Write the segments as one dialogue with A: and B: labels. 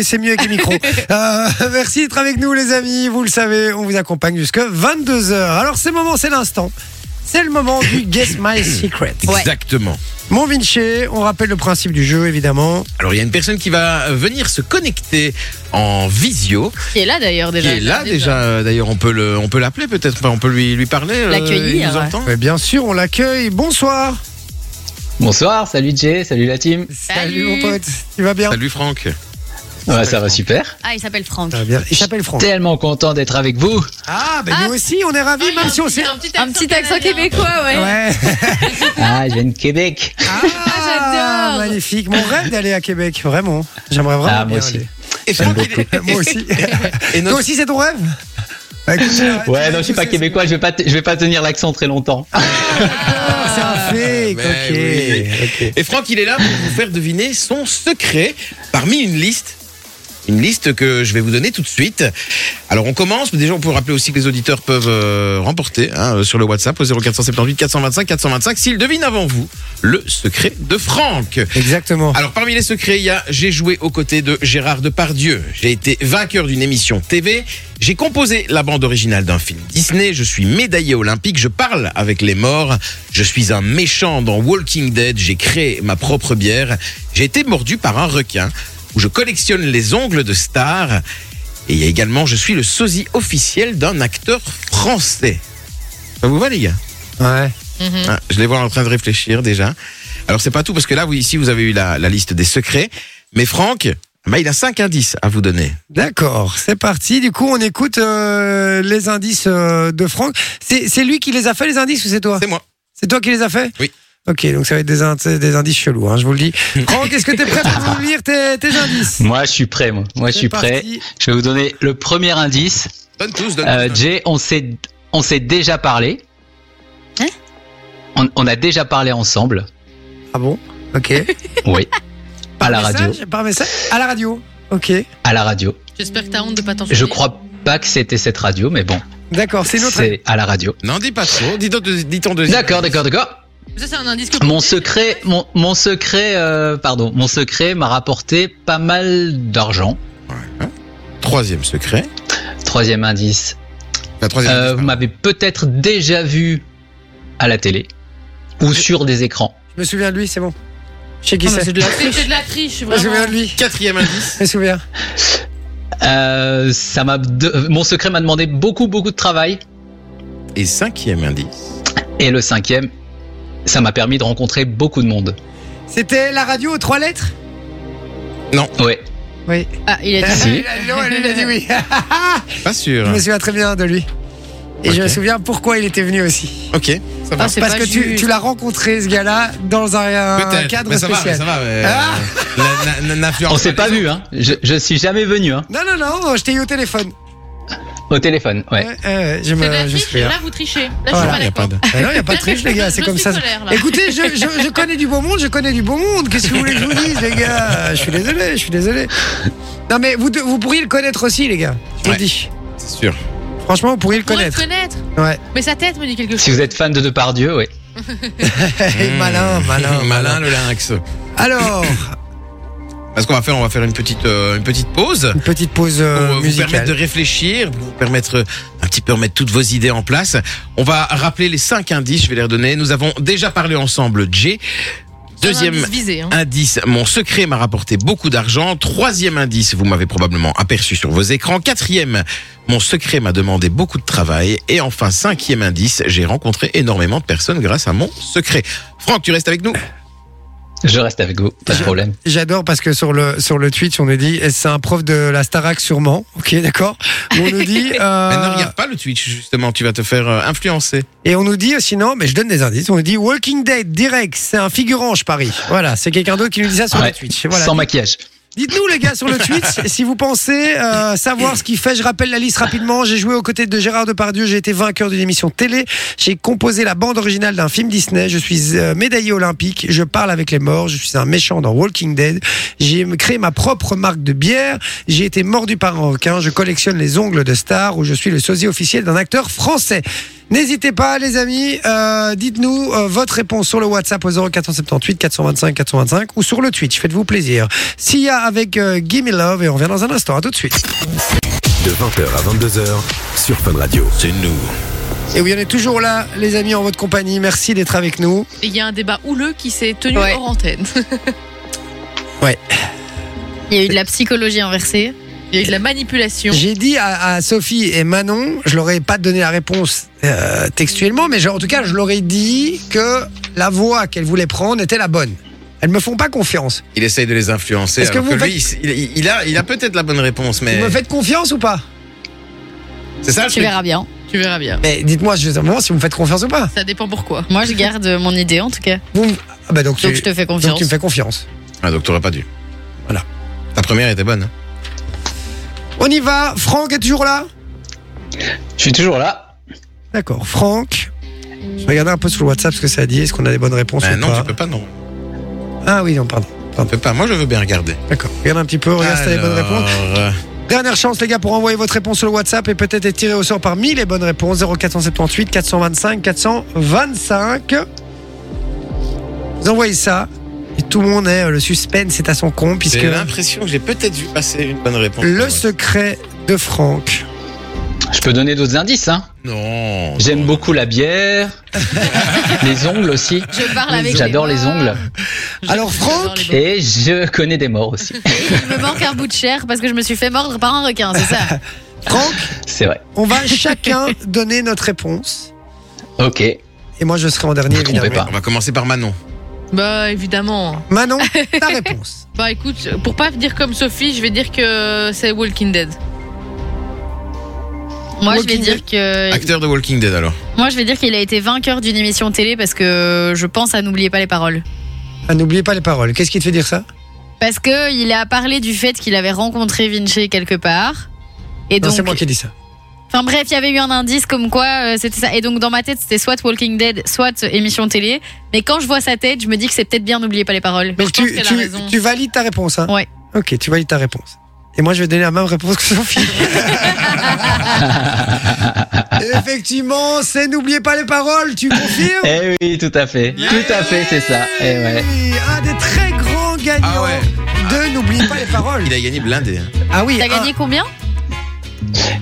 A: Et C'est mieux avec les micros. Euh, merci d'être avec nous, les amis. Vous le savez, on vous accompagne jusqu'à 22h. Alors, c'est le moment, c'est l'instant. C'est le moment du Guess My Secret.
B: Ouais.
C: Exactement.
A: Mon Vinci, on rappelle le principe du jeu, évidemment.
C: Alors il y a une personne qui va euh, venir se connecter en visio,
B: Qui est là d'ailleurs
C: qui
B: déjà.
C: est là déjà. euh, D'ailleurs on peut le, on peut l'appeler peut-être, enfin, on peut lui lui parler. euh,
B: L'accueillir,
C: il nous
B: ouais.
C: entend.
A: Mais bien sûr, on l'accueille. Bonsoir.
D: Bonsoir, salut Jay, salut la team.
B: Salut.
A: mon pote. Tu vas bien
C: Salut Franck.
D: Ouais, ça va super.
B: Ah, il s'appelle Franck.
A: Ça va bien. Il s'appelle Franck.
D: Tellement content d'être avec vous.
A: Ah, bah nous
B: Ah.
A: aussi, on est ravis, même si on s'est.
B: Un petit accent québécois, ouais.
A: Ouais.
D: Ah, je viens de Québec.
A: Ah,
B: j'adore.
A: Magnifique. Mon rêve d'aller à Québec, vraiment. J'aimerais vraiment.
D: Ah, moi
A: bien
D: aussi.
A: aller.
C: Et
D: J'aime
C: Franck, il est-
A: Moi aussi.
C: et
A: Toi
C: notre-
A: aussi, c'est ton rêve Bah, écoute, tu vas
D: Ouais, non, je suis pas
A: tous-
D: québécois, je vais pas, te- je vais pas tenir l'accent très longtemps.
A: Ah, c'est un
C: ben
A: fake,
C: mais
A: ok. ok.
C: et Franck, il est là pour vous faire deviner son secret parmi une liste. Une liste que je vais vous donner tout de suite. Alors on commence, mais déjà on peut rappeler aussi que les auditeurs peuvent euh, remporter hein, euh, sur le WhatsApp au 0478 425 425 s'ils devinent avant vous le secret de Franck.
A: Exactement.
C: Alors parmi les secrets, il y a j'ai joué aux côtés de Gérard Depardieu. J'ai été vainqueur d'une émission TV. J'ai composé la bande originale d'un film Disney. Je suis médaillé olympique. Je parle avec les morts. Je suis un méchant dans Walking Dead. J'ai créé ma propre bière. J'ai été mordu par un requin. Où je collectionne les ongles de stars. Et il y a également je suis le sosie officiel d'un acteur français. Ça vous va les gars
A: Ouais.
C: ah, je les vois en train de réfléchir déjà. Alors c'est pas tout parce que là, oui, ici vous avez eu la, la liste des secrets, mais Franck, bah, il a cinq indices à vous donner.
A: D'accord, c'est parti. Du coup, on écoute euh, les indices euh, de Franck. C'est c'est lui qui les a fait, les indices, ou c'est toi
C: C'est moi.
A: C'est toi qui les as fait
C: Oui.
A: Ok, donc ça va être des, ind- des indices chelous, hein, je vous le dis. Franck, est-ce que t'es prêt pour nous lire tes, tes indices
D: Moi, je suis prêt, moi. Moi, je
A: C'est
D: suis prêt.
A: parti.
D: Je vais vous donner le premier indice.
C: Donne tous, donne
D: Euh,
C: tous.
D: Jay, on s'est, on s'est déjà parlé.
B: Hein
D: on, on a déjà parlé ensemble.
A: Ah bon Ok.
D: Oui. À la radio.
A: Message, par message À la radio. Ok.
D: À la radio.
B: J'espère que t'as honte de pas t'en
D: Je crois pas que c'était cette radio, mais bon.
A: D'accord, c'est notre.
D: C'est à la radio.
C: Non, dis pas trop. Dis, ton deux- dis ton deuxième.
D: D'accord, d'accord, d'accord.
B: Ça, c'est un indice que.
D: Mon secret, mon, mon secret, euh, pardon, mon secret m'a rapporté pas mal d'argent.
C: Troisième secret.
D: Troisième indice.
C: La troisième.
D: Euh, vous
C: indice,
D: m'avez peut-être déjà vu à la télé ou sur des écrans.
A: Je me souviens de lui, c'est bon. Je sais qui
B: Ah, mais
A: c'est.
B: C'est de la triche. C'est de la triche,
A: Je me
E: hein.
A: souviens
B: vraiment.
A: de lui.
C: pardon. Quatrième indice.
A: Je me souviens.
D: Euh, ça m'a, de- euh, mon secret m'a demandé beaucoup, beaucoup de travail.
C: Et cinquième indice.
D: Et le cinquième, ça m'a permis de rencontrer beaucoup de monde.
A: C'était la radio aux trois lettres
D: Ouais.
A: Oui.
B: Ah, il a dit.
D: Si.
A: Ah, non, elle, elle a dit oui.
C: Pas sûr.
A: je me souviens très bien de lui. Et je
C: Ok.
A: me souviens pourquoi il était venu aussi.
C: Ok. Ça va.
B: Ah, c'est
A: Parce
B: pas
A: que tu,
B: juste.
A: tu l'as rencontré, ce gars-là, dans un, un
C: Peut-être.
A: cadre
C: Mais ça va, mais
A: spécial.
C: ça va. mais,
A: Ah
C: euh, la- la- la- l'influence-
D: On s'est pas vu, hein. Je, je suis jamais venu, hein.
A: non, non, non, je t'ai eu au téléphone.
D: Au téléphone, ouais.
A: Ouais, ouais, je me,
B: C'est de la
A: je me
B: triche,
A: souviens.
B: là, vous trichez. Là, je suis
A: euh, Voilà.
B: pas
C: Il y a pas
B: d'accord.
C: de-
A: Ah non, il n'y a pas de triche, les gars,
B: Je-
A: c'est
B: je
A: comme
B: suis
A: ça.
B: colère, là.
A: Écoutez, je, je- je connais du beau monde, je connais du beau monde. Qu'est-ce que vous voulez que je vous dise, les gars Je suis désolé, je suis désolé. Non, mais vous, deux- vous pourriez le connaître aussi, les gars. Je vous le
C: Ouais.
A: dis.
C: C'est sûr.
A: Franchement, vous pourriez le
B: Pour le
A: connaître.
B: connaître.
A: Ouais.
B: Mais sa tête me dit quelque
D: Si
B: chose.
D: vous êtes fan de Depardieu, ouais.
A: Hey, malin, malin,
C: Hmm. malin le lynx.
A: Alors,
C: Parce qu'on va faire, on va faire une petite, euh, une petite pause.
A: une petite pause
C: pour
A: euh,
C: vous
A: musicale.
C: permettre de réfléchir, pour vous permettre euh, un petit peu remettre toutes vos idées en place. On va rappeler les cinq indices, je vais les redonner. Nous avons déjà parlé ensemble, J. Deuxième
B: Un indice visé, hein.
C: indice, mon secret m'a rapporté beaucoup d'argent. Troisième indice, vous m'avez probablement aperçu sur vos écrans. Quatrième, mon secret m'a demandé beaucoup de travail. Et enfin, cinquième indice, j'ai rencontré énormément de personnes grâce à mon secret. Franck, tu restes avec nous
D: Je reste avec vous, pas de problème.
A: J'adore parce que sur le sur le Twitch, on nous dit eh, c'est un prof de la Starac sûrement. Ok, d'accord. On nous dit euh,
C: Mais Ne regarde pas le Twitch, justement, tu vas te faire euh, influencer.
A: et on nous dit euh, sinon, mais je donne des indices. On nous dit Walking Dead direct, c'est un figurant, je parie. Voilà, c'est quelqu'un d'autre qui nous dit ça sur
D: Ouais,
A: le Twitch. Voilà.
D: Sans maquillage.
A: Dites-nous les gars sur le Twitch si vous pensez euh, savoir ce qu'il fait. Je rappelle la liste rapidement. J'ai joué aux côtés de Gérard Depardieu. J'ai été vainqueur d'une émission télé. J'ai composé la bande originale d'un film Disney. Je suis euh, médaillé olympique. Je parle avec les morts. Je suis un méchant dans Walking Dead. J'ai créé ma propre marque de bière. J'ai été mordu par un requin. Je collectionne les ongles de stars où je suis le sosie officiel d'un acteur français. N'hésitez pas, les amis, euh, dites-nous euh, votre réponse sur le WhatsApp au 0478 425 425 ou sur le Twitch. Faites-vous plaisir. Sia avec euh, Gimme Love et on revient dans un instant. À tout de suite.
F: De 20h à 22h sur Fun Radio.
C: C'est nous.
A: Et oui, on est toujours là, les amis, en votre compagnie. Merci d'être avec nous.
B: Il y a un débat houleux qui s'est tenu
E: Ouais.
B: hors antenne.
E: Il y a eu de la psychologie inversée.
B: Il y a eu de la manipulation.
A: J'ai dit à, à Sophie et Manon, je leur ai pas donné la réponse euh, textuellement, mais je- en tout cas, je leur ai dit que la voie qu'elles voulaient prendre était la bonne. Elles me font pas confiance.
C: Il essaye de les influencer.
A: Est-ce que
C: alors
A: vous
C: que lui, il, il- il a, il a peut-être la bonne réponse, mais
A: Vous me faites confiance ou pas
C: c'est ça. le
E: Tu
C: truc
E: verras bien.
B: Tu verras bien.
A: Mais dites-moi justement si vous me faites confiance ou pas.
B: Ça dépend pourquoi.
E: Moi, je garde mon idée en tout cas.
A: Vous me- ah bah donc,
E: Donc,
A: tu,
E: je te fais
A: donc
E: confiance.
A: tu me fais confiance.
C: Ah donc t'aurais pas dû.
A: Voilà.
C: Ta première était bonne. hein.
A: On y va. Franck est toujours là
D: Je suis toujours là.
A: D'accord. Franck. Je regardais un peu sur le WhatsApp ce que ça dit. Est-ce qu'on a des bonnes réponses
C: Ben
A: ou
C: non,
A: pas
C: tu peux pas non.
A: Ah oui, non, pardon.
C: Tu peux pas. Moi je veux bien regarder.
A: D'accord. Regarde un petit peu. Oh, Regarde si t'as les bonnes réponses.
C: Alors, euh,
A: Dernière chance, les gars, pour envoyer votre réponse sur le WhatsApp et peut-être être tiré au sort parmi les bonnes réponses. 0478 425 425. Vous envoyez ça et tout le monde est. euh, Le suspense est à son compte puisque
C: J'ai l'impression que j'ai peut-être vu passer une bonne réponse.
A: le
C: Ouais.
A: secret de Franck.
D: Je peux donner d'autres indices. Hein.
C: Non.
D: J'aime
C: non.
D: beaucoup la bière, les ongles aussi.
B: Je parle avec
D: J'adore
B: mains.
D: les ongles.
B: Je-
A: Alors,
B: j'adore
A: Franck
B: les bras.
D: Et je connais des morts aussi.
E: Il me manque un bout de chair parce que je me suis fait mordre par un requin, c'est ça
A: Franck,
D: C'est vrai.
A: on va chacun donner notre réponse.
D: Ok.
A: Et moi, je serai en dernier,
D: Vous trompez
A: évidemment.
D: pas.
C: On va commencer par Manon.
B: Bah, évidemment.
A: Manon, ta réponse.
B: Bah, écoute, pour pas dire comme Sophie, je vais dire que c'est Walking Dead.
E: Moi, je vais
A: Walking
E: dire que.
D: Ah.
C: Acteur de Walking Dead alors.
E: Moi, je vais dire qu'il a été vainqueur d'une émission télé parce que je pense à N'oubliez pas les paroles.
A: Ah, N'oubliez pas les paroles. Qu'est-ce qui te fait dire ça
E: Parce que il a parlé du fait qu'il avait rencontré Vinci quelque part. Et
A: Non,
E: donc,
A: c'est moi qui ai dit ça.
E: enfin bref, il y avait eu un indice comme quoi euh, c'était ça. Et donc dans ma tête, c'était soit Walking Dead, soit euh, émission télé. Mais quand je vois sa tête, je me dis que c'est peut-être bien N'oubliez pas les paroles.
A: Donc,
B: je
A: tu,
B: pense qu'elle a
A: tu-
B: raison.
A: tu valides ta réponse, hein
E: Ouais.
A: Ok, tu valides ta réponse. Et moi, je vais donner la même réponse que Sophie. Effectivement, c'est n'oubliez pas les paroles, tu confirmes
D: Eh oui, tout à fait. Tout à fait, c'est ça. Eh ouais.
A: Oui, Un des très grands gagnants
C: Ah ouais.
A: de N'oubliez pas les paroles.
C: Il a gagné blindé. hein.
A: Ah oui,
E: T'as
A: un-
E: gagné combien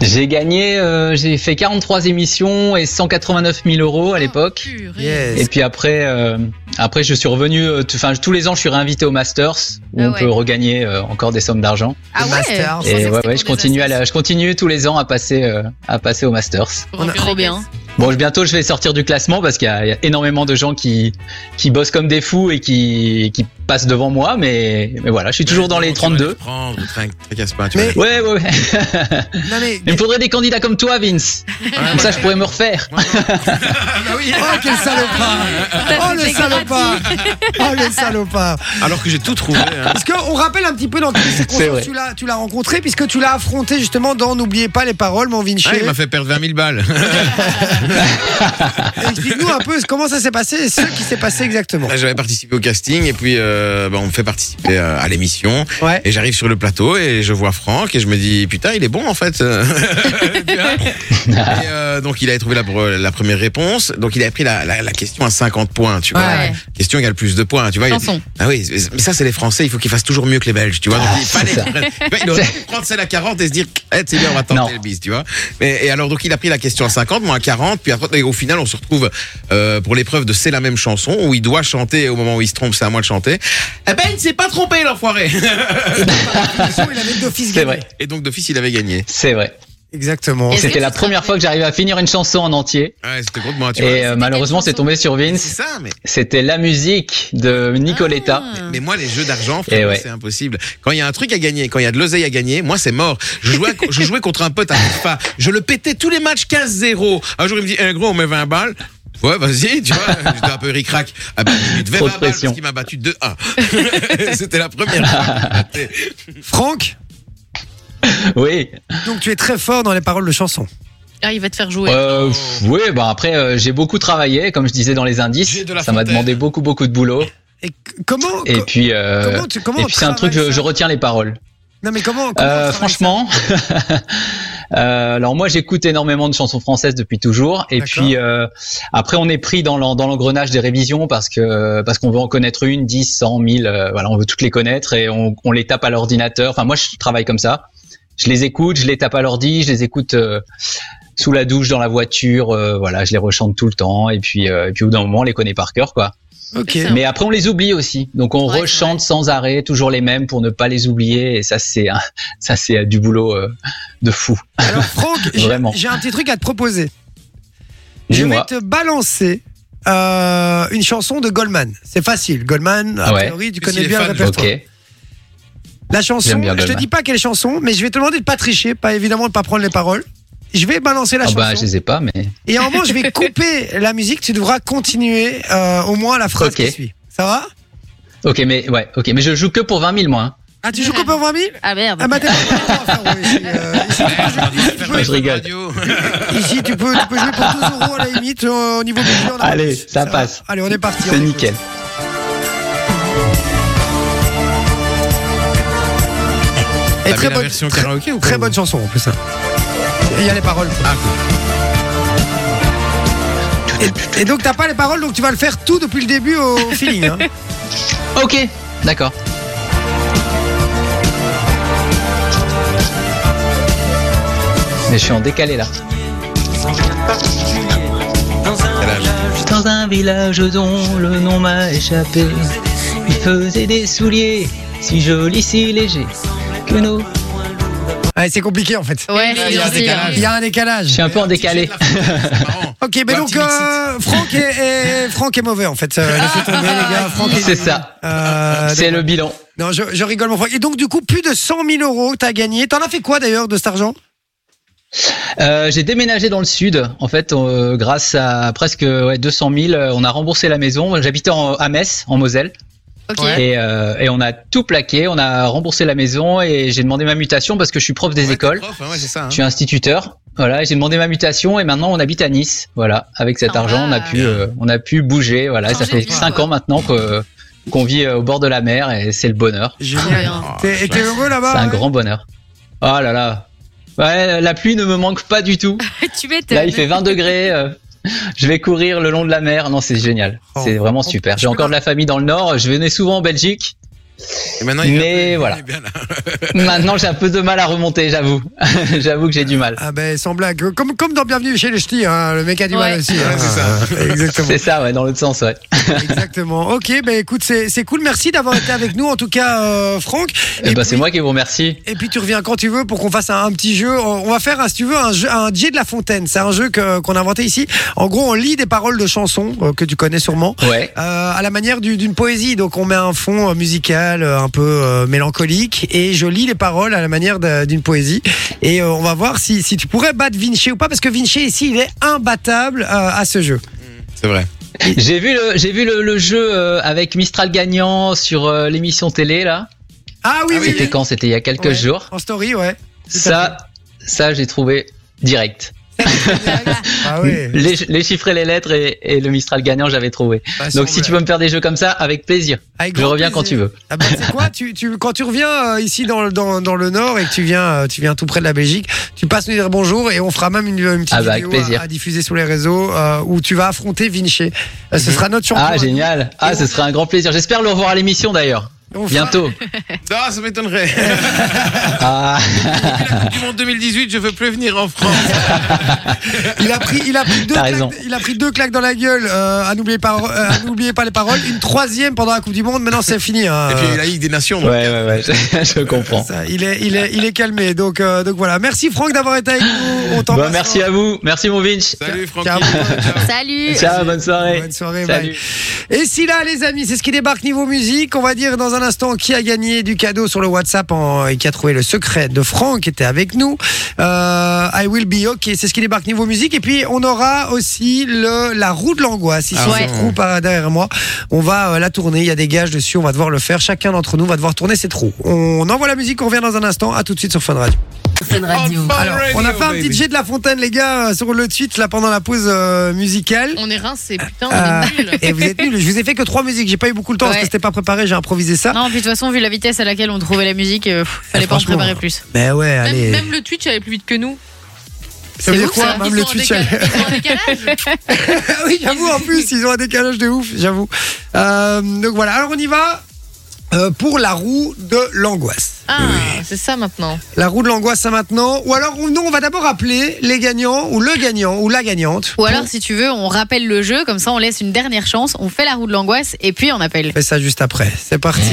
D: J'ai gagné, euh, j'ai fait 43 émissions et 189 000 euros à l'époque.
E: Oh,
B: Purée.
A: Yes.
D: Et puis après, euh, après je suis revenu, euh, t- enfin tous les ans je suis réinvité au Masters où
E: Ah
D: on
E: ouais.
D: peut regagner euh, encore des sommes d'argent.
E: Ah ouais
A: Masters.
E: Je pensais que
D: Et
E: c'était
D: ouais,
E: pour
D: ouais, je
E: des
D: continue à, la-
E: assos.
D: je continue tous les ans à passer, euh, à passer au Masters.
B: Pour remplir
E: Trop
B: les
E: bien.
B: caisses.
D: Bon, je- bientôt je vais sortir du classement parce qu'il y, a il y a énormément de gens qui, qui bossent comme des fous et qui, qui passent devant moi, mais, mais voilà, je suis toujours dans les
C: Tu vas les
D: 32.
C: Prendre, trinque- tracasse pas. Tu
A: Mais-
C: vas les-
D: Ouais, ouais, ouais.
A: Non, mais-
D: Il me faudrait des candidats comme toi, Vince. Comme ça, je pourrais me refaire.
A: Oh, quel salopard Oh, le salopard Oh, le salopard
C: Alors que j'ai tout trouvé. hein.
A: Parce qu'on rappelle un petit peu dans quelles circonstances
D: vrai.
A: tu l'as- tu l'as rencontré, puisque tu l'as affronté justement dans N'oubliez pas les paroles, mon Vinci.
C: Ah, il m'a fait perdre 20 000 balles.
A: Explique-nous un peu comment ça s'est passé et ce qui s'est passé exactement.
C: J'avais participé au casting et puis euh, bah, on me fait participer euh, à l'émission.
A: Ouais.
C: Et j'arrive sur le plateau et je vois Franck et je me dis putain il est bon en fait. Tu vois Et, euh, donc il avait trouvé la, pre- la première réponse. Donc il avait pris la, la- la question à 50 points. Tu vois.
E: Ouais.
C: Question qui a le plus de points. Tu vois. Il-
E: Chanson.
C: Ah oui. c'est- Mais ça c'est les Français. Il faut qu'ils fassent toujours mieux que les Belges. Tu vois. Donc,
D: Ah,
C: il fallait
D: c'est ça.
C: qu'ils prennent- tu vois, il aurait pu prendre celle à 40 et se dire eh c'est bien on va tenter
D: Non.
C: le bis. Tu vois. Mais, et alors donc il a pris la question à 50 moins à 40 puis à 30, et au final on se retrouve euh, pour l'épreuve de c'est la même chanson où il doit chanter au moment où il se trompe c'est à moi de chanter. Eh ben il ne s'est pas trompé l'enfoiré.
A: Il avait d'office
D: C'est vrai,
C: Et donc d'office il avait gagné.
D: c'est vrai.
A: Exactement.
E: Est-ce que
D: C'était
E: tu
D: la
E: te
D: première
E: rappelles
D: fois que j'arrivais à finir une chanson en entier.
C: Ouais, c'était contre moi, tu vois.
D: Et euh, malheureusement,
E: quelle
D: c'est tombé sur
C: C'est
D: Vince.
C: ça, mais,
D: C'était la musique de Nicoletta.
E: Ah.
C: mais moi, les jeux d'argent,
D: Eh
C: frérot,
D: ouais.
C: c'est impossible. Quand il y a un truc à gagner, quand il y a de l'oseille à gagner, moi, c'est mort. Je jouais, je jouais contre un pote à FIFA. Je le pétais tous les matchs 15-0. Un jour, il me dit, eh, gros, on met 20 balles. Ouais, vas-y, tu vois, j'étais un peu ric-rac. Ah ben, il me devait
D: Trop de
C: 20 balles
D: pression.
C: parce qu'il m'a battu 2-1. C'était la première fois. qu'il m'a batté.
A: Franck,
D: Oui.
A: donc tu es très fort dans les paroles de chansons.
B: Ah, il va te faire jouer.
D: Euh, pff, oui, bah après, euh, j'ai beaucoup travaillé, comme je disais dans les indices.
C: J'ai de la
D: Ça m'a
C: fontaine.
D: demandé beaucoup, beaucoup de boulot.
A: Et c- comment
D: Et
A: co-
D: puis, euh,
A: comment tu comment
D: et
A: on
D: puis c'est un
A: travaille
D: truc,
A: ça
D: je, je retiens les paroles.
A: Non mais comment, comment on
D: Euh,
A: travaille ça
D: franchement, Euh, alors moi, j'écoute énormément de chansons françaises depuis toujours. Et
A: D'accord.
D: puis euh, après, on est pris dans l'en- dans l'engrenage des révisions parce que parce qu'on veut en connaître une, dix, cent, mille. euh, voilà, on veut toutes les connaître et on, on les tape à l'ordinateur. Enfin, moi, je travaille comme ça. Je les écoute, je les tape à l'ordi, je les écoute euh, sous la douche, dans la voiture. euh, voilà, je les rechante tout le temps. Et puis euh, et puis au bout d'un moment, on les connaît par cœur, quoi.
A: Ok.
B: C'est ça.
D: Mais après, on les oublie aussi. Donc, on
E: Ouais, c'est
D: rechante sans arrêt, toujours les mêmes pour ne pas les oublier. Et ça, c'est un- ça, c'est euh, du boulot euh, de fou.
A: Alors Franck, j'ai
D: Vraiment.
A: j'ai un petit truc à te proposer. Je vais
D: Dis-moi.
A: te balancer euh, une chanson de Goldman. C'est facile. Goldman, a
D: Ah Ouais.
A: priori, tu
C: S'il
A: connais
C: est
A: bien
C: fan,
A: le
C: je
A: répertoire.
D: Ok.
A: La chanson,
D: J'aime bien
A: je te
D: Goldman.
A: dis pas quelle chanson, mais je vais te demander de pas tricher, pas évidemment de pas prendre les paroles. Je vais balancer la
D: Ah
A: chanson.
D: bah, je les ai pas, mais
A: Et en moment, je vais couper la musique. Tu devras continuer euh, au moins la phrase
D: Ok.
A: qui suit. Ça va
D: ok, mais ouais, ok, mais je joue que pour 20 000 moi. hein.
A: Ah, tu joues coupé en 20 000
E: Ah merde.
A: Ah, bah t'es pas frérot, ici, euh, ici, tu peux jouer- tu peux jouer-
D: je rigole.
A: Ici, tu peux, tu peux jouer pour 12 euros à la limite. euh, au niveau budget, on a
D: Allez,
A: plus.
D: ça
A: va.
D: passe.
A: Allez, on est parti. on
D: C'est
A: écoute.
D: nickel.
A: Et très
C: T'as mis la
A: bonne,
C: version
A: très,
C: karaoké ou Ah, pas
A: très bonne chanson en plus. hein. Et Il y a les paroles.
C: Ah
A: Et, et donc t'as pas les paroles, donc tu vas le faire tout depuis le début au feeling. hein.
D: Ok, d'accord. Mais je suis en décalé là. Dans un village dont le nom m'a échappé, il faisait des souliers si jolis, si légers que nous.
A: Ouais, c'est compliqué en fait.
E: Ouais,
B: Il y a
E: c'est
C: un
E: gentil,
C: décalage.
A: Il y a un
D: Je
A: décalage.
D: suis un peu en décalé.
A: Ok, mais
C: Un
A: donc
C: petit mix-it.
A: euh, Franck, est, est- Franck est mauvais en fait. Euh, laissez tomber, les gars. Franck est-
D: C'est ça.
A: Euh,
D: C'est le bilan.
A: Non, je, je rigole mon Franck. Et donc du coup, plus de 100 000 euros t'as gagné. T'en as fait quoi d'ailleurs de cet argent
D: Euh, j'ai déménagé dans le sud. En fait, euh, grâce à presque ouais, 200 000, euh, on a remboursé la maison. J'habitais en- à Metz, en Moselle,
E: Ok.
D: et, euh, et on a tout plaqué. On a remboursé la maison et j'ai demandé ma mutation parce que je suis prof des écoles.
C: Ouais, c'est ça. hein.
D: Je suis instituteur. Voilà, et j'ai demandé ma mutation et maintenant on habite à Nice. Voilà, avec cet
E: Ah,
D: argent, on a
E: bah.
D: pu, euh, on a pu bouger. Voilà,
E: Changer
D: ça fait
E: de vie,
D: cinq
E: quoi.
D: ans maintenant que qu'on vit euh, au bord de la mer et c'est le bonheur.
A: Génial.
E: Incroyable.
C: Ah,
A: T'es et t'es heureux là-bas
D: Ah, bah, c'est un
A: Ah bah ouais
D: grand bonheur. Oh là là. Ouais, la pluie ne me manque pas du tout.
A: Ah,
E: tu m'étonnes.
D: Là, il fait 20 degrés. euh, je vais courir le long de la mer. Non, c'est génial.
A: Oh.
D: C'est vraiment super. J'ai encore de la famille dans le Nord. Je venais souvent en Belgique.
C: Et maintenant,
D: Mais
C: il-
D: voilà.
C: il est bien là.
D: Maintenant, j'ai un peu de mal à remonter, j'avoue. j'avoue que j'ai du mal.
A: Ah ben sans blague, comme, comme dans Bienvenue chez les Ch'tis, hein, le mec a du
E: Ouais.
A: mal aussi. hein.
C: Ouais, c'est ça.
A: Exactement.
D: C'est ça, ouais, dans l'autre sens, ouais.
A: Exactement. Ok, ben écoute, c'est c'est cool. Merci d'avoir été avec nous, en tout cas, euh, Franck.
D: Eh ben, c'est
A: puis,
D: moi qui vous remercie.
A: et puis tu reviens quand tu veux pour qu'on fasse un, un petit jeu. On on va faire, un, si tu veux, un jeu, un J de la Fontaine. C'est un jeu que- qu'on a inventé ici. En gros, on lit des paroles de chansons euh, que tu connais sûrement.
D: Ouais.
A: euh, à la manière du- d'une poésie, donc on met un fond euh, musical euh, un peu euh, mélancolique et je lis les paroles à la manière d'un- d'une poésie et euh, on va voir si, si tu pourrais battre Vinci ou pas parce que Vinci ici il est imbattable euh, à ce jeu.
C: C'est vrai.
D: J'ai vu le, j'ai vu le, le jeu euh, avec Mistral gagnant sur euh, l'émission télé, là.
A: Ah oui, oui,
D: C'était
A: oui.
D: quand C'était il y a quelques
A: Ouais.
D: jours.
A: En story, ouais.
D: Ça, ça, j'ai trouvé direct.
A: Ah ouais.
D: Les, les chiffres et les lettres et, et le Mistral gagnant, j'avais trouvé.
A: Ah, Bah,
D: Donc, si tu veux me faire des jeux comme ça, avec plaisir. Je reviens quand tu veux.
A: Ah bah, tu sais quoi tu, tu, Quand tu reviens euh, ici dans, le- dans, dans le Nord et que tu viens, euh, tu viens tout près de la Belgique, tu passes nous dire bonjour et on fera même une, une petite
D: Ah bah, avec
A: vidéo
D: plaisir.
A: à, à diffuser sur les réseaux euh, où tu vas affronter Vinci. Euh, ce sera notre champion.
D: Ah génial Ah ce seera un grand plaisir. J'espère le revoir à l'émission d'ailleurs.
A: On fera-
D: Bientôt.
C: Non, ça m'étonnerait.
D: Ah,
C: du monde 2018, je veux plus venir en France.
A: Il a pris, il a pris deux,
D: T'as
A: claques,
D: raison.
A: il a pris deux claques dans la gueule. Euh, à n'oublier pas, euh, à n'oublier pas les paroles. Une troisième pendant la Coupe du Monde. Maintenant, c'est fini. hein.
C: Et puis, il y a eu la Ligue des Nations.
D: ouais ouais ouais, je, je comprends.
A: Ça, il est, il est, il est calmé. Donc, euh, donc voilà. Merci Franck d'avoir été avec nous. On t'embrasse. hein.
D: Bon, Bah, merci à vous, merci mon Vince.
C: Salut, Francky.
A: Ciao.
E: Salut.
D: Ciao, bonne soirée.
A: Bonne soirée. bye.
D: Salut.
A: Et si là, les amis, c'est ce qui débarque niveau musique. On va dire dans un instant qui a gagné du cadeau sur le WhatsApp en- et qui a trouvé le secret de Franck qui était avec nous. Euh, I will be ok. C'est ce qui débarque niveau musique. Et puis, on aura aussi le, la roue de l'angoisse. Ici,
C: Ah
A: se
C: ouais.
A: trouve par derrière moi. On va euh, la tourner. Il y a des gages dessus. On va devoir le faire. Chacun d'entre nous va devoir tourner ses trous. On envoie la musique. On revient dans un instant. À tout de suite sur Fun Radio. Alors, on a fait un petit jet de la fontaine, les gars, euh, sur le tweet, là, pendant la pause euh, musicale.
B: On est rincés, putain,
A: Euh,
B: on est nuls.
A: Et vous êtes nuls. Je vous ai fait que trois musiques. J'ai pas eu beaucoup de temps parce
E: Ouais.
A: que c'était pas préparé. J'ai improvisé ça.
E: Non, puis de toute façon, vu la vitesse à laquelle on trouvait la musique, euh, pff, fallait pas en
A: Ah, franchement,
E: préparer plus.
A: Mais ouais, allez.
B: Même, même le Twitch allait plus vite que nous.
A: Ça veut dire
B: ouf,
A: quoi,
B: ça,
A: même
B: ils
A: le
B: sont en
A: Twitch
B: décalage- Ils sont en décalage.
A: Ah oui, j'avoue, en plus, ils ont un décalage de ouf, j'avoue. Euh, donc voilà, alors on y va euh, pour la roue de l'angoisse.
B: Ah, c'est ça maintenant.
A: La roue de l'angoisse, ça maintenant. Ou alors, on- nous, on va d'abord appeler les gagnants, ou le gagnant, ou la gagnante.
E: Ou alors, si tu veux, on rappelle le jeu, comme ça on laisse une dernière chance, on fait la roue de l'angoisse et puis on appelle.
A: On fait ça juste après. C'est parti.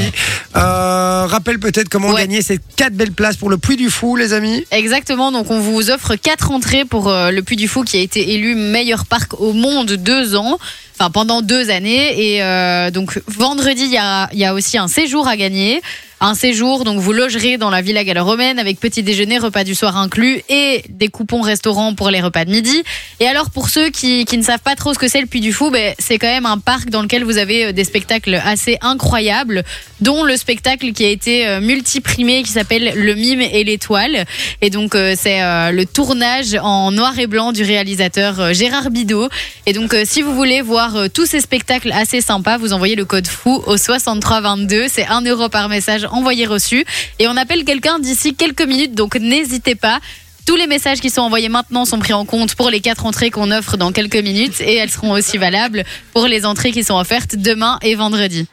A: Euh, rappelle peut-être comment
E: Ouais.
A: gagner ces quatre belles places pour le Puy du Fou, les amis.
E: Exactement, donc on vous offre quatre entrées pour euh, le Puy du Fou qui a été élu meilleur parc au monde deux ans, enfin pendant deux années. Et euh, donc vendredi, il y a, il y a aussi un séjour à gagner. Un séjour, donc vous logerez dans la Villa Gallo-Romaine avec petit déjeuner, repas du soir inclus et des coupons restaurants pour les repas de midi. Et alors pour ceux qui, qui ne savent pas trop ce que c'est le Puy du Fou, ben, c'est quand même un parc dans lequel vous avez euh, des spectacles assez incroyables, dont le spectacle qui a été euh, multiprimé qui s'appelle Le Mime et l'Étoile. Et donc euh, c'est euh, le tournage en noir et blanc du réalisateur euh, Gérard Bidot. Et donc euh, si vous voulez voir euh, tous ces spectacles assez sympas, vous envoyez le code FOU au 6322. C'est 1 euro par message envoyé reçu. Et on appelle quelqu'un d'ici quelques minutes, donc n'hésitez pas. Tous les messages qui sont envoyés maintenant sont pris en compte pour les quatre entrées qu'on offre dans quelques minutes et elles seront aussi valables pour les entrées qui sont offertes demain et vendredi.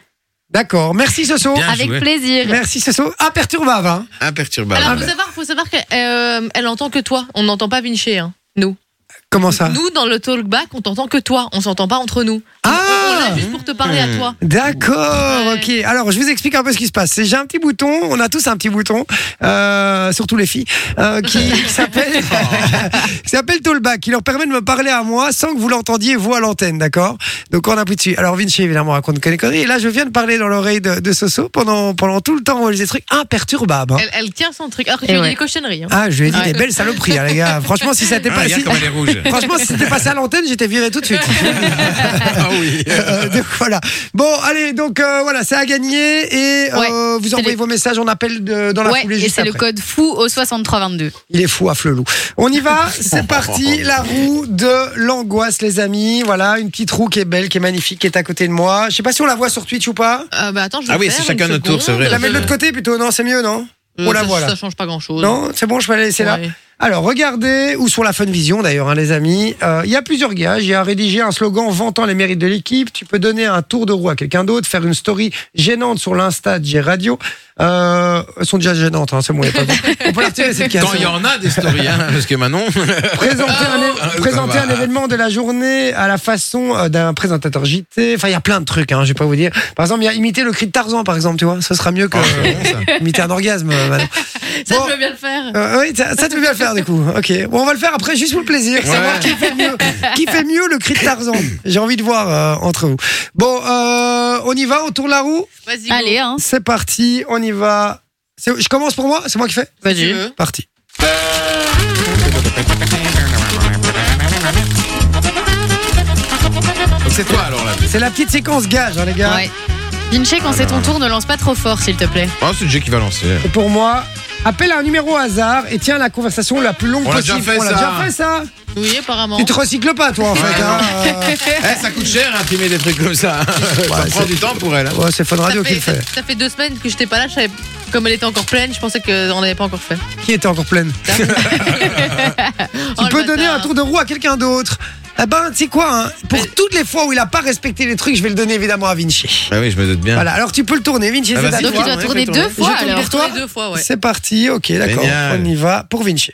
A: D'accord. Merci, Soso.
C: Bien.
E: Avec
C: joué.
E: plaisir.
A: Merci, Soso. Imperturbable. Hein.
C: Imperturbable.
B: Alors, faut savoir, faut savoir qu'elle euh, elle entend que toi. On n'entend pas Vinci, hein, nous.
A: Comment ça
B: Nous, dans le talkback, on t'entend que toi. On s'entend pas entre nous. on
A: Ah
B: l'a juste pour te parler à toi.
A: D'accord,
B: Ouais.
A: ok. Alors, je vous explique un peu ce qui se passe. C'est- J'ai un petit bouton, on a tous un petit bouton, euh, surtout les filles, euh, qui, qui s'appelle qui s'appelle Tollback, qui leur permet de me parler à moi sans que vous l'entendiez, vous, à l'antenne, d'accord Donc, on appuie dessus. Alors, Vinci, évidemment, raconte que des conneries. Et là, je viens de parler dans l'oreille de, de Soso pendant, pendant tout le temps. Elle dit des trucs imperturbables. hein.
B: Elle, elle tient son truc. Alors que
E: Et
B: tu lui dis
E: ouais.
B: des cochonneries. hein.
A: Ah, je lui ai dit
B: Ouais.
A: des belles saloperies, hein, les gars. Franchement, si ça n'était pas...
C: Ah, regarde
A: si-
C: comme elle est rouge.
A: Franchement, si c'était passé à l'antenne, j'étais viré tout de suite.
C: ah oui.
A: Euh, donc voilà. Bon, allez, donc euh, voilà, c'est à gagner et euh,
E: Ouais,
A: vous envoyez
E: le-
A: vos messages, on appelle de- dans la
E: Ouais,
A: foulée
E: et
A: juste
E: c'est le
A: après.
E: code FOU au 6322.
A: Il est fou à flelou. On y va, c'est parti, la roue de l'angoisse, les amis. Voilà, une petite roue qui est belle, qui est magnifique, qui est à côté de moi. Je sais pas si on la voit sur Twitch ou pas.
B: Euh, bah, attends, je vais
C: Ah oui,
B: faire
C: c'est
B: une
C: chacun notre tour, c'est vrai.
A: Je
B: seconde.
A: la mets de l'autre côté plutôt, non C'est mieux, non
B: Euh,
A: On la
B: ça-
A: voit, là.
B: Ça change pas grand chose.
A: Non, c'est bon, je vais la laisser là.
B: Ouais.
A: Alors, regardez, ou sur la Fun Vision d'ailleurs, hein, les amis. Euh, Il y a plusieurs gages. Il y a rédigé un slogan vantant les mérites de l'équipe. Tu peux donner un tour de roue à quelqu'un d'autre, faire une story gênante sur l'Insta de G-Radio. Euh, elles sont déjà gênantes, hein, c'est bon, il y a pas de- On peut la retirer, cette case.
C: Quand il y en a des stories, hein, parce que Manon.
A: Présenter, un, é-
C: Ah,
A: présenter
C: bah,
A: un
C: bah.
A: événement de la journée à la façon euh, d'un présentateur JT. Enfin, il y a plein de trucs, hein, je vais pas vous dire. Par exemple, il y a imiter le cri de Tarzan, par exemple, tu vois. Ce sera mieux
C: Ah,
A: que imiter un orgasme. euh, Manon.
B: Ça,
A: Bon.
B: je veux bien le faire.
A: Euh, oui, ça, ça, tu veux bien le faire du coup. Ok. Bon, on va le faire après juste pour le plaisir. Savoir
C: Ouais.
A: qui fait mieux, qui fait mieux le cri de Tarzan. J'ai envie de voir euh, entre vous. Bon, euh, on y va, on tourne la roue.
B: Vas-y. go.
E: Allez, hein.
A: C'est parti, on y va. C'est- Je commence pour moi, c'est moi qui fais.
B: Vas-y. Tu veux.
A: Parti.
C: Donc c'est toi alors là.
A: C'est la petite séquence gage, hein, les gars.
E: Ouais. Vinci, quand c'est ton tour, ne lance pas trop fort, s'il te plaît.
C: Ah, c'est le jeu qui va lancer.
A: Et pour moi, appelle un numéro au hasard et tiens la conversation la plus longue
C: On l'a
A: possible.
C: déjà fait,
A: on l'a
C: ça.
A: déjà fait ça.
B: Oui, apparemment.
A: Tu te recycles pas, toi, en fait.
C: non.
A: hein, euh.
C: Eh, ça coûte cher imprimer des trucs comme ça. ça prend
A: c'est-
C: du temps pour elle. hein.
A: Ouais, c'est Fun
B: Ça
A: Radio qui
B: fait,
A: le fait.
B: ça fait deux semaines que j'étais pas là. je savais- Comme elle était encore pleine, je pensais qu'on n'avait pas encore fait.
A: Qui était encore pleine
B: Oh,
A: Tu
B: le
A: peux donner
B: bâtard.
A: un tour de roue à quelqu'un d'autre. Eh ben, tu sais quoi, hein, pour toutes les fois où il a pas respecté les trucs, je vais le donner évidemment à Vinci.
C: Ah oui, je me doute bien.
A: Voilà, alors tu peux le tourner, Vinci,
C: Ah,
A: c'est
C: vas-y,
A: à
E: Donc
A: toi.
E: il doit
C: ouais,
E: tourner
C: fais tourner.
E: deux fois
A: Je tourne
E: alors.
A: pour toi
B: Tous les deux fois, ouais.
A: C'est parti, ok, d'accord,
C: Génial.
A: on y va pour Vinci.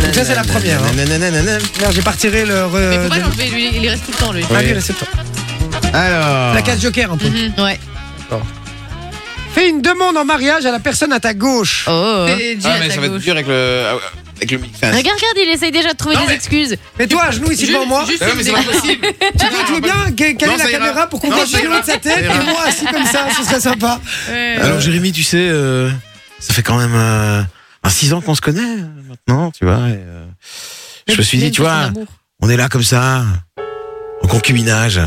C: Donc
A: ça, c'est la première, hein. Merde, j'ai pas retiré le. re-
B: Mais faut pas
A: de-
B: l'enlever, lui, il reste tout le temps, lui.
A: Ah,
C: Oui.
A: oui, là, c'est toi.
C: Alors.
A: La case joker un peu.
E: Mhm, Ouais.
A: Fais une demande en mariage à la personne à ta gauche.
E: Oh.
B: C'est Jill
C: Ah,
B: à
C: mais
B: ta
C: ça va être
B: gauche.
C: dur avec le. ah ouais, Avec le mix.
E: Regarde, regarde, il essaye déjà de trouver
C: Non,
E: des
C: mais-
E: excuses.
A: Mets-toi à genoux ici
B: Juste-
A: devant moi.
B: juste
C: Ah ouais, mais c'est pas
B: des-
C: possible.
A: Tu veux, tu veux bien ca- caler
C: Non,
A: la
C: ça ira.
A: caméra pour qu'on
C: Non,
A: voit
C: ça
A: le haut
C: ira.
A: de sa tête
C: Ça
A: et
C: ira.
A: moi assis comme ça, ce serait sympa.
C: Alors Jérémy, tu sais, euh, ça fait quand même euh, un six ans qu'on se connaît euh, maintenant, tu vois. et, euh, je me suis dit, tu vois, on est là comme ça, en concubinage.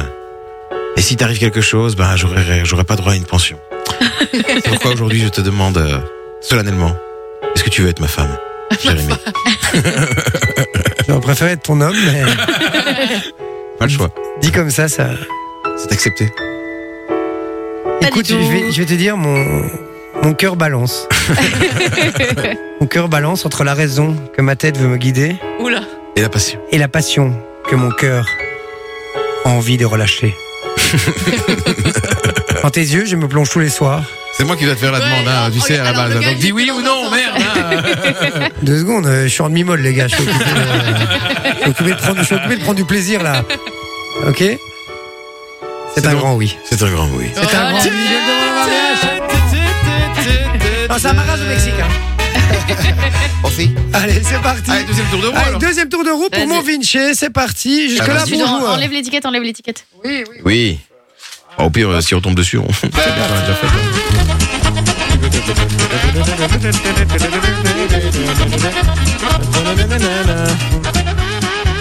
C: Et si t'arrive quelque chose, ben j'aurais j'aurais pas droit à une pension. C'est pourquoi aujourd'hui je te demande euh, solennellement, est-ce que tu veux être ma femme, Jérémy
A: J'aurais préféré être ton homme, mais
C: Pas le choix,
A: dit comme ça, ça.
C: c'est accepté.
E: Pas
A: Écoute,
E: du
A: je
E: tout.
A: vais, je vais te dire mon, Mon cœur balance. Mon cœur balance entre la raison que ma tête veut me guider
B: Oula.
C: Et la passion.
A: et la passion que mon cœur a envie de relâcher. Dans tes yeux, je me plonge tous les soirs.
C: C'est moi qui dois te faire la
B: Ouais,
C: demande, hein,
B: alors,
C: tu sais, à la
B: regarde,
C: base.
B: alors, le gars,
C: Donc
B: il
C: dis
B: est
C: oui
B: dans
C: ou
B: un
C: non,
B: sens.
C: merde hein.
A: Deux secondes, euh, je suis en demi-molle, les gars. Je suis occupé, euh, je suis occupé de prendre, je suis occupé de prendre du plaisir, là. Ok C'est un
C: donc-
A: grand oui.
C: C'est un grand oui.
A: C'est un
B: Oh,
A: grand oui.
B: tiens,
A: Je le demande à ma mère. Non, c'est un mariage au Mexique. hein.
C: On fait.
A: Allez, c'est parti.
C: Allez, deuxième tour de roue
A: Allez,
C: alors.
A: deuxième tour de roue pour
B: Vas-y.
A: mon Vinci. C'est parti.
C: Ah,
A: Jusque-là,
C: vas-y.
E: Tu dois-
A: bonjour.
E: enlève l'étiquette, enlève l'étiquette.
C: Oui. Ah, Au pire, euh, si on tombe dessus, on. C'est bien, on l'a déjà fait.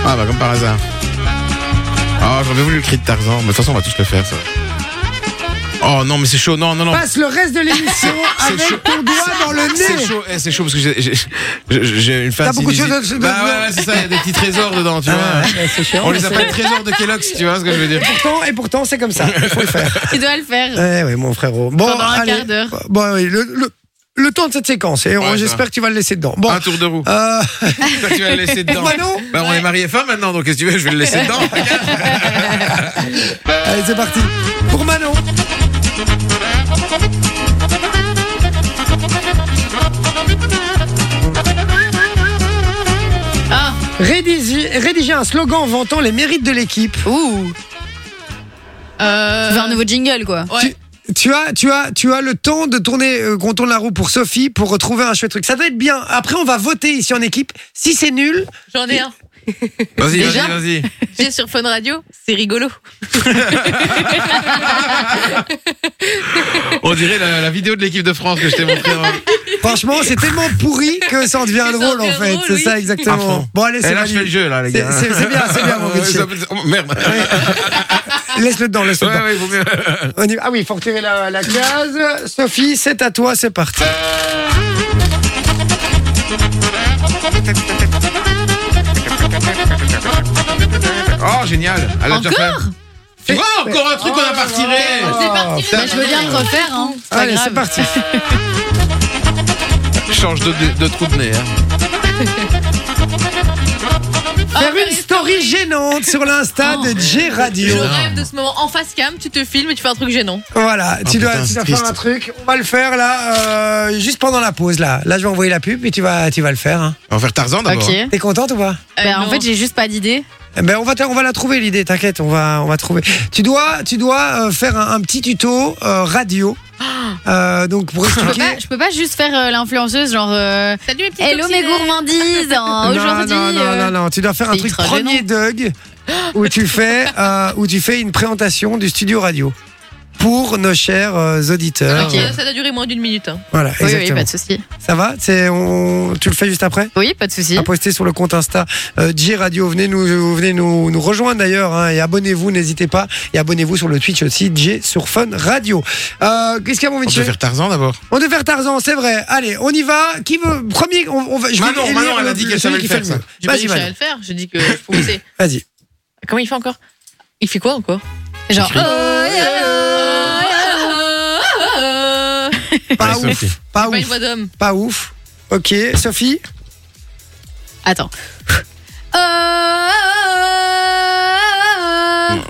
C: Ah bah comme par hasard. Ah j'aurais voulu le cri de Tarzan, mais de toute façon on va tous le faire ça. Oh non mais c'est chaud, non non non.
A: Passe le reste de l'émission
C: C'est chaud.
A: avec ton doigt dans le
C: C'est
A: nez.
C: chaud, eh, c'est chaud parce que j'ai- j'ai- j'ai j'ai une fan
A: T'as beaucoup de
C: sinusite.
A: choses à- Ah.
C: Bah ouais, ouais, c'est ça, il y a des petits trésors dedans, tu vois.
A: C'est
C: On
A: chiant.
C: les appelle trésors de Kellogg's, tu vois ce que je veux dire.
A: Pourtant, et pourtant, c'est comme ça. Il faut le faire.
E: Tu dois le faire.
A: Eh oui, mon frérot. Bon,
E: Pendant un
A: allez.
E: quart d'heure.
A: Bon, oui, le, le, le temps de cette séquence. Et on-
C: Ouais, ça
A: j'espère que tu vas le laisser dedans. Bon.
C: Un tour de roue.
A: Euh,
C: Ça, tu vas le laisser dedans.
A: Manon
C: Bah, on est marié fin maintenant, donc qu'est-ce que tu veux, je vais le laisser dedans.
A: Allez, c'est parti. Pour Manon.
B: Ah,
A: Rédiger, rédiger un slogan vantant les mérites de l'équipe.
E: Ouh.
B: euh,
E: Tu veux un nouveau jingle, quoi.
B: Ouais.
A: Tu as, tu as, tu as le temps de tourner, euh, qu'on tourne la roue pour Sophie pour retrouver un chouette truc. Ça doit être bien. Après, on va voter ici en équipe. Si c'est nul,
B: J'en ai un.
C: Vas-y,
B: Déjà
C: vas-y, vas-y.
B: J'ai sur Fun Radio, c'est rigolo.
E: Oh,
C: On dirait la, la vidéo de l'équipe de France que je t'ai montrée. avant.
A: franchement, c'est tellement pourri que ça en devient
B: Ça en
A: drôle en
B: devient
A: fait.
B: drôle,
A: C'est
B: oui.
A: ça
C: À
A: exactement.
C: fond.
A: Bon, allez,
C: Et
A: c'est
C: Eh, là, je fais le
A: validé.
C: jeu, là, les
A: C'est-
C: gars.
A: c'est- c'est bien, c'est bien, mon
C: Ouais,
A: Vinci.
C: ça peut- oh, Merde.
A: Laisse-le dedans, laisse-le
C: Ouais,
A: dedans.
C: ouais, vaut mieux.
A: On y va. Ah oui, faut retirer la, la case. Sophie, c'est à toi, c'est parti.
C: Oh, génial. Elle l'a déjà fait.
E: Encore
C: Tu vois, encore un truc qu'on a pas retiré.
B: C'est parti.
C: putain.
B: mais
E: Je veux bien le refaire, hein. C'est pas
A: Allez,
E: grave.
A: c'est parti.
C: Change de, de, de trou de nez. hein.
A: Faire une story gênante sur l'Insta de J
B: Je
A: Radio.
B: rêve de ce moment en face cam, tu te filmes et tu fais un truc gênant.
A: Voilà, tu dois,
C: Ah, putain,
A: tu dois
C: c'est
A: faire un truc. On va le faire là, euh, juste pendant la pause là. Là, je vais envoyer la pub et tu vas, tu vas le faire. hein.
C: On va faire Tarzan d'abord.
E: Ok.
A: T'es contente ou pas
B: Euh,
E: Bah,
B: non.
E: en fait, j'ai juste pas d'idée.
A: Eh ben, on va, te- on va la trouver l'idée. T'inquiète, on va, on va trouver. Tu dois, tu dois euh, faire un, un petit tuto euh, radio.
E: Ah.
A: Euh, donc pour
E: Je peux
A: expliquer.
E: pas, je peux pas juste faire euh, l'influenceuse, genre. euh,
B: Salut mes petites
E: Hello mes
B: coccinelles.
E: gourmandises hein,
A: non,
E: aujourd'hui.
A: non, non, non,
E: euh,
A: non. Tu dois faire un
E: c'est
A: truc
E: ultra
A: premier Doug où tu fais, euh, où tu fais une présentation du studio radio pour nos chers euh, auditeurs.
B: Ok, ça doit durer moins d'une minute. hein.
A: Voilà,
E: Oui, oui,
A: exactement.
E: pas de souci.
A: Ça va C'est, on, tu le fais juste après
E: Oui, pas de souci.
A: à poster sur le compte Insta euh, J Radio. Venez nous, venez nous, nous rejoindre d'ailleurs hein, et abonnez-vous, n'hésitez pas. Et abonnez-vous sur le Twitch aussi, J sur Fun Radio. Euh, Qu'est-ce qu'il y a, mon
C: On
A: Vinci
C: peut faire Tarzan d'abord.
A: On devait faire Tarzan, c'est vrai. Allez, on y va. Qui veut Premier, on, on va. Je vais
C: Manon,
A: élire
C: Manon, elle
A: le-
C: a dit qu'elle
A: celui
C: savait
A: qui
C: le
A: fait
C: faire,
A: mieux.
B: J'ai pas
A: Vas-y,
B: dit que j'allais
A: Manon.
B: le faire, j'ai dit que je poussais.
A: Vas-y.
B: Comment il fait encore Il fait quoi encore
E: Genre.
A: Pas
C: Allez,
A: ouf.
C: Sophie.
A: Pas
B: Pas une
A: ouf.
B: voix d'homme.
A: Pas ouf. Ok, Sophie.
E: Attends. Euh, euh,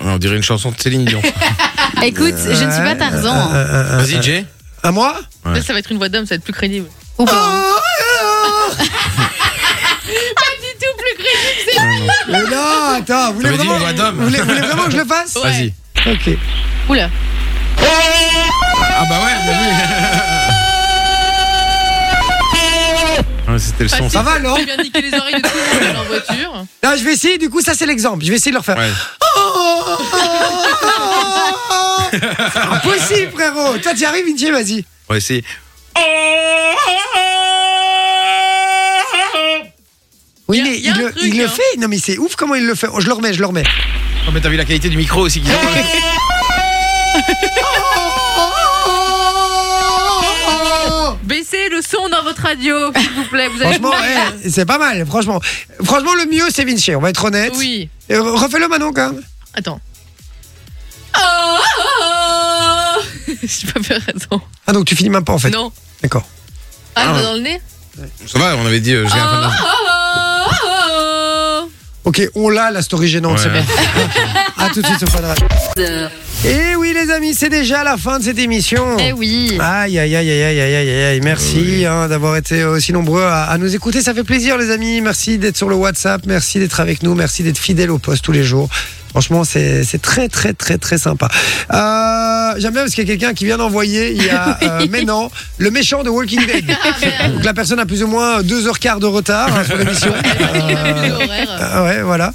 C: On dirait une chanson de Céline Dion.
E: Écoute, je ne suis pas Tarzan.
A: Euh, euh, euh,
C: Vas-y, Jay.
A: À moi
C: Ouais.
B: Là, ça va être une voix d'homme, ça va être plus crédible.
E: Ou pas.
A: Oh, oh, oh.
B: Du tout plus crédible.
A: Euh, Mais non, attends, vous voulez,
C: Ça veut dire
A: vraiment,
C: une voix d'homme.
A: vous, voulez, vous voulez vraiment que je le fasse
B: Ouais.
C: Vas-y.
A: Ok.
E: Oula.
C: Ah bah ouais, bien vu. Ouais, C'était le son.
A: Ça va, non
B: Tu viens de niquer les oreilles de tout le monde dans la voiture.
A: Non, je vais essayer, du coup, ça c'est l'exemple. Je vais essayer de le refaire.
C: Ouais.
A: C'est impossible, frérot. Toi, tu y arrives, Vinci, vas-y.
C: On va essayer.
A: Oui,
B: Y a-
A: mais
B: y
A: il,
B: a un
A: le,
B: truc,
A: il le
B: hein.
A: fait. Non, mais c'est ouf comment il le fait. Oh, je le remets, je le remets.
C: Oh, mais t'as vu la qualité du micro aussi qu'ils ont.
B: Baissez le son dans votre radio, s'il vous plaît. Vous avez
A: Franchement, eh, c'est pas mal, franchement. Franchement, le mieux, c'est Vinci, on va être honnête.
B: Oui.
A: Euh, Refais-le, Manon, quand même.
B: Attends. J'ai pas fait raison.
A: Ah, donc tu finis même pas en fait.
B: Non.
A: D'accord.
B: Ah,
C: Ah.
B: dans le nez
C: Ça va, on avait dit, euh, j'ai un
B: Ah,
C: fantasme.
B: ah, ah, ah.
A: Ok, on l'a la story gênante,
C: Ouais.
A: c'est bon. à tout de suite sur Fun Radio. Et oui, les amis, c'est déjà la fin de cette émission.
E: Eh oui.
A: Aïe, aïe, aïe, aïe, aïe, aïe, aïe, aïe. Merci
C: Oui.
A: hein, d'avoir été aussi nombreux à, à nous écouter. Ça fait plaisir, les amis. Merci d'être sur le WhatsApp. Merci d'être avec nous. Merci d'être fidèle au poste tous les jours. Franchement, c'est c'est très, très, très, très sympa. Euh, J'aime bien parce qu'il y a quelqu'un qui vient d'envoyer, il y a euh, Ménan, le méchant de Walking Dead. Donc la personne a plus ou moins deux heures quart de retard hein, sur l'émission. Euh,
B: Horaire.
A: ah ouais, voilà.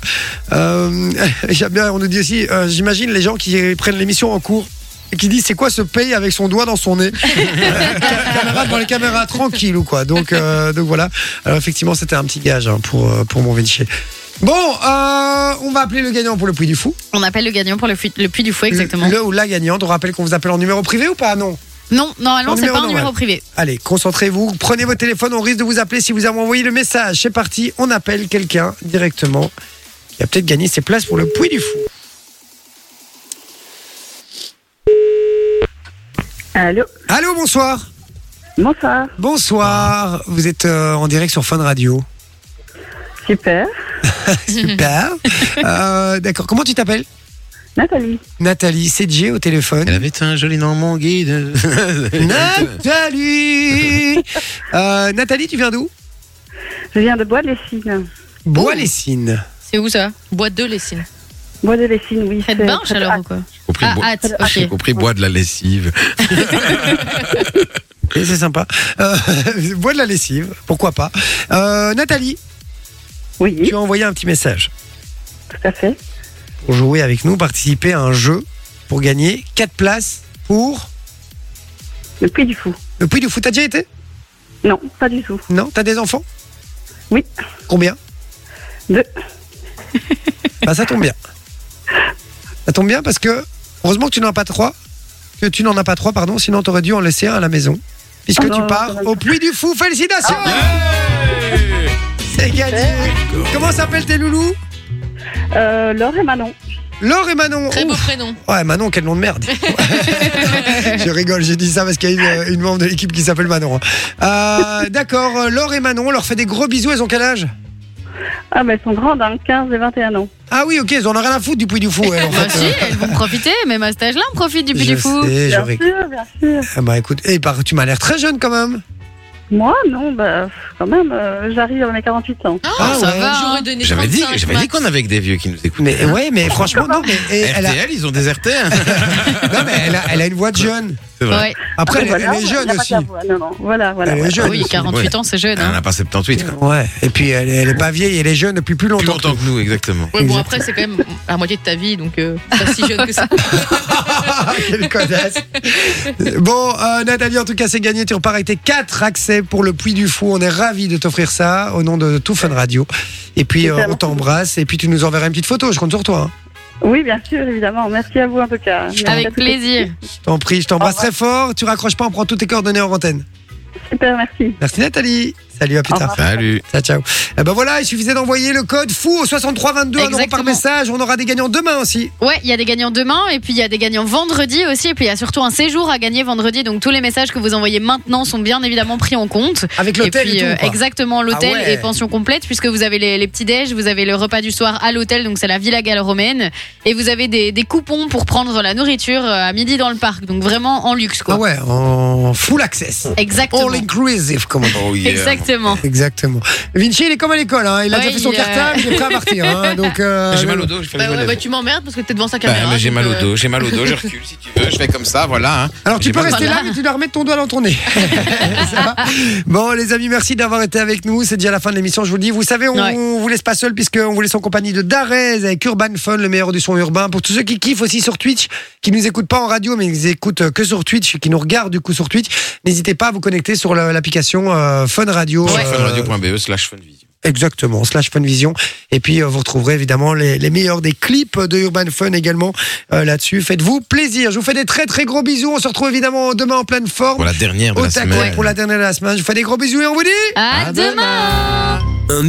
A: Euh, J'aime bien, on nous dit aussi, euh, j'imagine les gens qui prennent l'émission en cours et qui disent c'est quoi ce paye avec son doigt dans son nez Euh, ca- Caméra devant les caméras, tranquille ou quoi. Donc, euh, donc voilà. Alors effectivement, c'était un petit gage hein, pour, euh, pour mon Vinci. Bon, euh, on va appeler le gagnant pour le Puy du Fou.
E: On appelle le gagnant pour le, fui- le puits du fou, exactement.
A: Le, le ou la gagnante. On rappelle qu'on vous appelle en numéro privé ou pas Non.
E: Non, normalement,
A: Ton
E: c'est
A: numéro
E: pas un numéro
A: normal.
E: privé.
A: Allez, concentrez-vous. Prenez vos téléphones. On risque de vous appeler si vous avez envoyé le message. C'est parti. On appelle quelqu'un directement qui a peut-être gagné ses places pour le Puy du Fou.
G: Allô
A: Allô, bonsoir.
G: Bonsoir.
A: Bonsoir, vous êtes euh, en direct sur Fun Radio.
G: Super.
A: Super. Euh, D'accord, comment tu t'appelles
G: Nathalie.
A: Nathalie, c'est Jay au téléphone.
C: Elle avait un joli nom, mon guide.
A: Nathalie Euh, Nathalie, tu viens d'où
G: Je viens de Bois de Lessines.
A: Bois les Cines.
E: C'est où ça
B: Boîte de lessine.
G: Bois de Lessines, oui.
E: Près de
G: c'est-
E: Binche
G: c'est-
E: alors
G: ah,
E: ou quoi
C: J'ai compris,
E: Ah,
C: bois-
E: hâte,
C: j'ai
E: ok.
C: compris bois de la lessive.
A: Et C'est sympa. Euh, bois de la lessive, pourquoi pas. Euh, Nathalie,
G: Oui,
A: tu as envoyé un petit message
G: tout à fait.
A: pour jouer avec nous, participer à un jeu pour gagner 4 places pour
G: Le Puy du Fou.
A: le prix du foot. T'as déjà été
G: Non, pas du tout.
A: Non T'as des enfants
G: Oui.
A: Combien
G: Deux.
A: Bah, ça tombe bien. Ça tombe bien parce que, heureusement que tu n'en as pas trois. Que tu n'en as pas trois, pardon, sinon t'aurais dû en laisser un à la maison. Puisque
G: Oh
A: tu
G: non, Ah
A: pars
G: ça va.
A: au pluie du fou. Félicitations C'est gagné Comment s'appellent tes loulous
G: Euh, Laure et Manon.
A: Laure et Manon.
B: Très beau
A: Ouf.
B: prénom.
A: Ouais, Manon, quel nom de merde. je rigole, j'ai dit ça parce qu'il y a une, une membre de l'équipe qui s'appelle Manon. Euh, D'accord, euh, Laure et Manon, on leur fait des gros bisous. Elles ont quel âge
G: Ah, ben elles sont grandes, hein, 15 et 21 ans.
A: Ah oui, ok, elles en ont rien à foutre du puits du fou. elles, en
E: Bah
A: fait. euh.
E: si, elles vont profiter, même à cet âge-là, on profite du puits
A: je
E: du fou.
A: sais, je
G: bien
A: rigole.
G: sûr, bien sûr.
A: Ah Bah écoute, eh, par- tu m'as l'air très jeune quand même.
G: Moi, non, bah, pff, quand même, euh, j'arrive à mes 48 ans.
A: Ah
E: ça
A: ouais.
E: va.
B: J'aurais donné
C: J'avais dit,
B: 35
C: j'avais dit
B: max.
C: qu'on avait que des vieux qui nous écoutent.
A: Mais ouais, mais franchement, non, mais, et elle, a,
C: RTL, ils ont déserté. hein.
A: non, mais elle, a, elle a une voix de jeune.
C: C'est vrai.
E: Ouais.
A: Après,
G: Ah,
A: elle,
G: voilà,
A: elle est
G: elle
A: jeune
G: a pas
A: aussi. Eh
G: que la voix, Non, non, voilà, voilà.
A: Elle est jeune.
E: Oui,
A: aussi.
E: 48 ans, c'est jeune.
C: Elle
E: Hein.
C: Ah, n'a pas 78, quoi.
A: Ouais, et puis elle, elle est pas vieille, elle est jeune depuis plus
C: Plus
A: longtemps.
C: longtemps que nous, exactement.
B: Ouais, bon, après, c'est quand même la moitié de ta vie, donc euh, pas si jeune que ça.
A: Ah, quelle connasse. Bon, euh, Nathalie, en tout cas, c'est gagné. Tu repars avec tes 4 accès pour le Puy du Fou. On est ravis de t'offrir ça au nom de Tout Fun Radio. Et puis, euh, on t'embrasse. Et puis, tu nous enverras une petite photo. Je compte sur toi. hein.
G: Oui, bien sûr, évidemment. Merci à vous, en tout cas. Merci à
E: Avec
G: toutes les-
E: plaisir.
A: Je t'en prie, je t'embrasse très fort. Tu raccroches pas, on prend toutes tes coordonnées en antenne.
G: Super, merci.
A: Merci, Nathalie. Salut, à plus
G: Au
A: tard.
G: revoir.
C: Salut.
A: Ciao, ciao. Eh ben voilà, il suffisait d'envoyer le code FOU au 6322 un euro par
E: Exactement.
A: message. On aura des gagnants demain aussi.
E: Ouais, il y a des gagnants demain, et puis il y a des gagnants vendredi aussi, et puis il y a surtout un séjour à gagner vendredi. Donc tous les messages que vous envoyez maintenant sont bien évidemment pris en compte.
A: Avec l'hôtel
E: Et
A: et,
E: puis,
A: tout.
E: euh,
A: quoi.
E: exactement, l'hôtel
A: Ah ouais.
E: et pension complète, puisque vous avez les, les petits-déj, vous avez le repas du soir à l'hôtel, donc c'est la Villa Gallo-Romaine, et vous avez des, des coupons pour prendre la nourriture euh, à midi dans le parc, donc vraiment en luxe, quoi.
A: Ah Oh, ouais, en full access.
E: Exactement.
A: All inclusive, comme on dit.
C: Oh, yeah.
E: Exactement.
A: Exactement. Vinci, il est comme à l'école. hein. Il a
E: Ouais,
A: déjà fait son
E: il, euh,
A: cartable, il est prêt à partir. hein. Donc, euh,
C: J'ai mal au dos, je fais
B: Bah,
C: mes
B: ouais,
C: lèvres.
B: bah, tu m'emmerdes parce que t'es devant sa
C: Bah,
B: caméra.
C: mais j'ai
B: donc,
C: mal au
B: euh,
C: dos, j'ai mal au dos, je recule si tu veux, je fais comme ça, voilà. hein.
A: Alors, tu
C: J'ai
A: peux
C: mal au
A: rester
E: dos.
A: là, mais tu dois remettre ton doigt dans ton nez. Ça va bon, les amis, merci d'avoir été avec nous. C'est déjà la fin de l'émission, je vous le dis. Vous savez, on,
E: Ouais.
A: on vous laisse pas seul, puisqu'on vous laisse en compagnie de Darez avec Urban Fun, le meilleur du son urbain. Pour tous ceux qui kiffent aussi sur Twitch, qui nous écoutent pas en radio, mais qui écoutent euh, que sur Twitch, et qui nous regardent du coup sur Twitch, n'hésitez pas à vous connecter sur la- l'application euh, Fun Radio.
C: Sur
A: euh,
C: funradio.be E slash funvideo.
A: Exactement, slash Fun Vision. Et puis, euh, vous retrouverez évidemment les, les meilleurs des clips de Urban Fun également euh, là-dessus. Faites-vous plaisir. Je vous fais des très très gros bisous. On se retrouve évidemment demain en pleine forme.
C: Pour la dernière de
A: Au
C: la
A: taquet
C: semaine.
A: pour la dernière de la semaine. Je vous fais des gros bisous et on vous dit...
E: À, demain.
F: Un